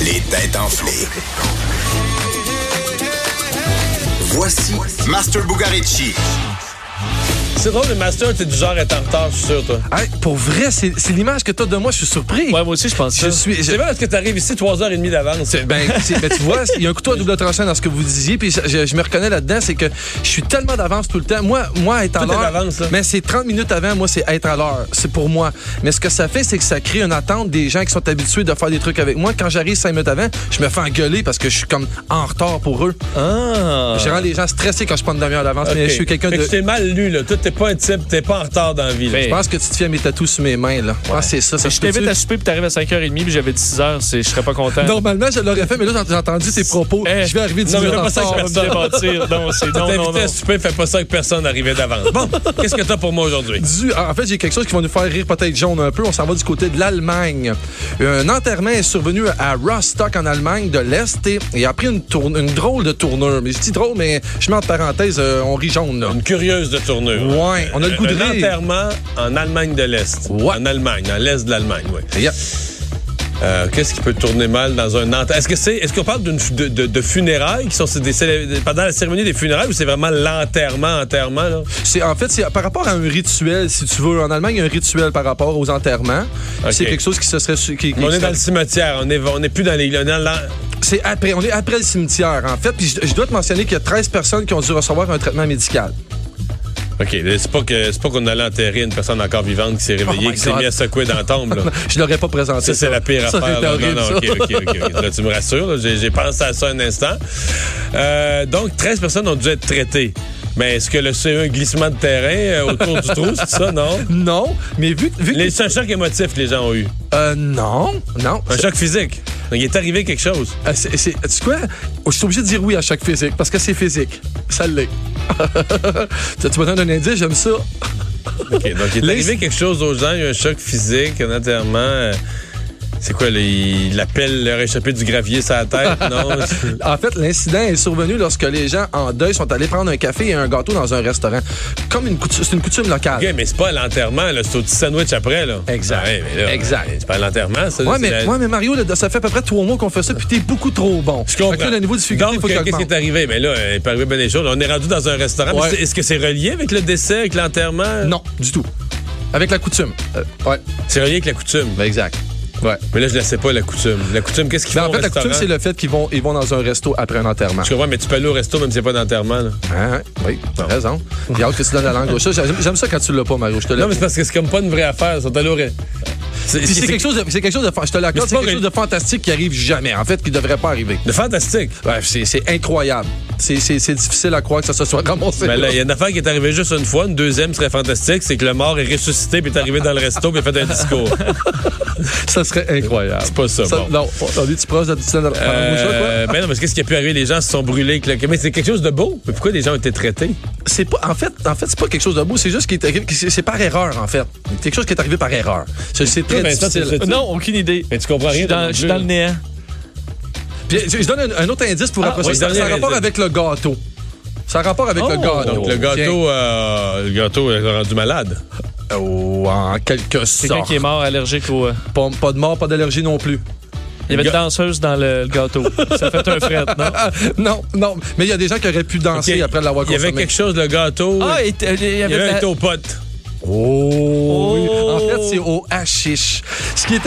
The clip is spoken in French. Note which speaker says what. Speaker 1: Les têtes enflées. Voici Master Bugarici.
Speaker 2: C'est drôle, le master, t'es du genre à être en retard, je suis sûr, toi.
Speaker 3: Hey, pour vrai, c'est c'est l'image que t'as de moi, je suis surpris.
Speaker 2: Ouais, moi aussi, je pense
Speaker 3: Je
Speaker 2: ça.
Speaker 3: suis- je-
Speaker 2: C'est vrai parce que t'arrives ici 3h30 d'avance.
Speaker 3: C'est- Ben, c'est- ben, tu vois, il y a un couteau à double tranchant dans ce que vous disiez, puis je, je- je me reconnais là-dedans, c'est que je suis tellement d'avance tout le temps. Moi, moi être à
Speaker 2: Tout est
Speaker 3: l'heure,
Speaker 2: d'avance, là.
Speaker 3: mais c'est 30 minutes avant, moi, c'est être à l'heure. C'est pour moi. Mais ce que ça fait, c'est que ça crée une attente des gens qui sont habitués de faire des trucs avec moi. Quand j'arrive 5 minutes avant, je me fais engueuler parce que je suis comme en retard pour eux.
Speaker 2: Ah!
Speaker 3: Je rends les gens stressés quand je prends une demi-heure d'avance, mais
Speaker 2: Ok.
Speaker 3: je suis quelqu'un
Speaker 2: Fait
Speaker 3: de... Ben,
Speaker 2: que je t'ai mal lu, là. Toi, t'es pas un type, t'es pas en retard dans la vie, là.
Speaker 3: Je pense que tu te fais mes tatous sur mes mains, là. Je pense que c'est ça. ça
Speaker 4: Je
Speaker 3: se peut-tu?
Speaker 4: t'invite à souper puis t'arrives à 5h30 puis j'avais dit 6h, c'est- je serais pas content.
Speaker 3: Normalement, je l'aurais fait, mais là, j'ai- j'ai entendu tes propos.
Speaker 4: Eh,
Speaker 3: je vais arriver 10
Speaker 2: non, mais
Speaker 3: minutes
Speaker 2: fais
Speaker 3: en
Speaker 2: pas ça
Speaker 3: retard.
Speaker 4: on va me démentir. Non, c'est non, non,
Speaker 2: T'invites
Speaker 4: non.
Speaker 2: à souper, fais pas ça que personne n'arrivait d'avance. Bon, qu'est-ce que t'as pour moi aujourd'hui?
Speaker 3: Du- en fait, j'ai quelque chose qui va nous faire rire peut-être jaune un peu. On s'en va du côté de l'Allemagne. Un enterrement est survenu à Rostock en Allemagne de l'Est et, et a pris une, tourne- une drôle de tournure. Mais je dis drôle, mais je mets en parenthèse, euh, on rit jaune. Là.
Speaker 2: Une curieuse de tournure. Euh,
Speaker 3: Ouais, on a le goût de
Speaker 2: Un
Speaker 3: rire.
Speaker 2: enterrement en Allemagne de l'Est.
Speaker 3: Ouais.
Speaker 2: En Allemagne, dans l'Est de l'Allemagne, oui.
Speaker 3: Yeah.
Speaker 2: Euh, Qu'est-ce qui peut tourner mal dans un enterrement? Est-ce que c'est, est-ce qu'on parle d'une, de, de- de funérailles qui sont des, célé- pendant la cérémonie des funérailles ou c'est vraiment l'enterrement, enterrement là?
Speaker 3: C'est en fait c'est par rapport à un rituel, si tu veux. En Allemagne, il y a un rituel par rapport aux enterrements.
Speaker 2: Ok.
Speaker 3: C'est quelque chose qui se serait su- qui- qui
Speaker 2: On est
Speaker 3: serait-
Speaker 2: dans le cimetière, on est, on est plus dans les, on est dans l'en-
Speaker 3: C'est après, on est après le cimetière, en fait. Puis je, je dois te mentionner qu'il y a 13 personnes qui ont dû recevoir un traitement médical.
Speaker 2: OK, là, c'est pas que c'est pas qu'on allait enterrer une personne encore vivante qui s'est réveillée,
Speaker 3: Oh my
Speaker 2: qui s'est
Speaker 3: God.
Speaker 2: mise à secouer dans la tombe. là.
Speaker 3: Je l'aurais pas présenté.
Speaker 2: Ça, c'est la pire
Speaker 3: Ça,
Speaker 2: affaire.
Speaker 3: c'est
Speaker 2: là.
Speaker 3: horrible,
Speaker 2: non, non,
Speaker 3: ça.
Speaker 2: OK, OK, OK. ok. Là, tu me rassures, là, j'ai j'ai pensé à ça un instant. Euh, donc, 13 personnes ont dû être traitées. Mais est-ce que le CE, un glissement de terrain euh, autour du trou, c'est ça, non?
Speaker 3: Non, mais vu, vu que...
Speaker 2: Les, c'est un choc émotif que les gens ont eu.
Speaker 3: Euh, non, non.
Speaker 2: Un choc physique. Donc, il est arrivé quelque chose.
Speaker 3: Euh, c'est- c'est- tu sais quoi? Je suis obligé de dire oui à chaque physique parce que c'est physique. Ça l'est. tu tu m'as donné un indice, j'aime ça.
Speaker 2: OK, donc, il est
Speaker 3: Les-
Speaker 2: arrivé quelque chose aux gens, il y a eu un choc physique, un enterrement. euh, C'est quoi, là, il l'appelle leur échappé du gravier sur la tête? Non?
Speaker 3: En fait, l'incident est survenu lorsque les gens en deuil sont allés prendre un café et un gâteau dans un restaurant. Comme une coutume, c'est une coutume locale.
Speaker 2: OK, mais c'est pas à l'enterrement, là, c'est au petit sandwich après. Là.
Speaker 3: Exact.
Speaker 2: Ah ouais, mais là,
Speaker 3: Exact.
Speaker 2: C'est pas à l'enterrement, ça.
Speaker 3: Ouais
Speaker 2: c'est
Speaker 3: mais,
Speaker 2: la-
Speaker 3: ouais, mais Mario, là, ça fait à peu près trois mois qu'on fait ça, puis t'es beaucoup trop bon.
Speaker 2: Je comprends.
Speaker 3: Fait que là, le niveau de difficulté, il
Speaker 2: Donc,
Speaker 3: faut qu'il
Speaker 2: euh, qu'est-ce qui
Speaker 3: augmente.
Speaker 2: est arrivé? Mais là, euh, il peut arriver bien des choses. On est rendu dans un restaurant. mais
Speaker 3: Ouais.
Speaker 2: c'est- Est-ce que c'est relié avec le décès, avec l'enterrement?
Speaker 3: Non, du tout. Avec la coutume. Euh, ouais,
Speaker 2: C'est relié avec la coutume.
Speaker 3: ben exact. Ouais.
Speaker 2: Mais là, je ne la sais pas, la coutume. La coutume, qu'est-ce qu'ils
Speaker 3: Ben,
Speaker 2: font
Speaker 3: en fait,
Speaker 2: au
Speaker 3: la coutume,
Speaker 2: restaurant?
Speaker 3: c'est le fait qu'ils vont, ils vont dans un resto après un enterrement.
Speaker 2: Je comprends, mais tu peux aller au resto même s'il n'y a pas d'enterrement. là.
Speaker 3: Hein, oui, t'as raison. J'ai hâte que tu donnes la langue au chat. J'aime j'aime ça quand tu l'as pas, Mario. Je te le
Speaker 2: Non, mais c'est parce que c'est comme pas une vraie affaire. Ils sont allés au re- C'est
Speaker 3: Puis c'est
Speaker 2: c'est-
Speaker 3: quelque chose, de, c'est quelque chose de, fa- je te l'accorde,
Speaker 2: Mais c'est
Speaker 3: c'est
Speaker 2: pas
Speaker 3: quelque
Speaker 2: vrai.
Speaker 3: chose de fantastique qui arrive jamais, en fait, qui devrait pas arriver.
Speaker 2: de fantastique.
Speaker 3: Bref, c'est, c'est incroyable. C'est, c'est- c'est difficile à croire que ça se soit ramassé.
Speaker 2: Mais là,
Speaker 3: là.
Speaker 2: il y a une affaire qui est arrivée juste une fois. Une deuxième serait fantastique, c'est que le mort est ressuscité puis est arrivé dans le resto puis a fait un discours.
Speaker 3: Ça serait incroyable.
Speaker 2: C'est pas ça, bon.
Speaker 3: Non, on est-tu proche de la dans la langue au chat, quoi?
Speaker 2: Euh, ben non, mais qu'est-ce qui a pu arriver? Les gens se sont brûlés. avec le- Mais c'est quelque chose de beau. Mais pourquoi les gens ont été traités?
Speaker 3: C'est pas, en fait, en fait, c'est pas quelque chose de beau, c'est juste qu'il est arrivé- que c'est, c'est par erreur, en fait. C'est quelque chose qui est arrivé par erreur. C'est, c'est très
Speaker 2: mais ça, c'est-
Speaker 3: difficile.
Speaker 2: c'est-
Speaker 4: Non, aucune idée.
Speaker 2: Mais tu comprends
Speaker 4: Je suis
Speaker 2: rien. toi
Speaker 4: dans,
Speaker 2: non
Speaker 4: je suis
Speaker 2: plus,
Speaker 4: dans le
Speaker 2: là.
Speaker 4: néant.
Speaker 3: Puis, je, je donne un, un autre indice pour
Speaker 4: Ah,
Speaker 3: rapprocher.
Speaker 2: oui,
Speaker 3: ça.
Speaker 2: dernier
Speaker 3: Ça a rapport
Speaker 2: indice.
Speaker 3: avec le gâteau. Ça a rapport avec le
Speaker 4: Oh!
Speaker 3: gâteau.
Speaker 2: Donc, le
Speaker 3: Tiens.
Speaker 2: gâteau, euh, le gâteau est rendu malade.
Speaker 3: Oh, en quelque
Speaker 4: Quelqu'un
Speaker 3: sorte.
Speaker 4: qui est mort allergique au. euh,
Speaker 3: Pas, pas de mort, pas d'allergie non plus.
Speaker 4: Il y avait une danseuse dans le, le gâteau. Ça fait un fret, non?
Speaker 3: Ah, Non, non. Mais il y a des gens qui auraient pu danser
Speaker 2: Ok.
Speaker 3: après l'avoir
Speaker 2: Il y
Speaker 3: consommé.
Speaker 2: avait quelque chose, le gâteau.
Speaker 4: Ah, il, était- il y
Speaker 2: il y
Speaker 4: avait
Speaker 2: avait
Speaker 4: la-
Speaker 2: un taux pote.
Speaker 3: Oh, oui.
Speaker 4: Oh.
Speaker 3: En fait, c'est au hashish. Ce qui était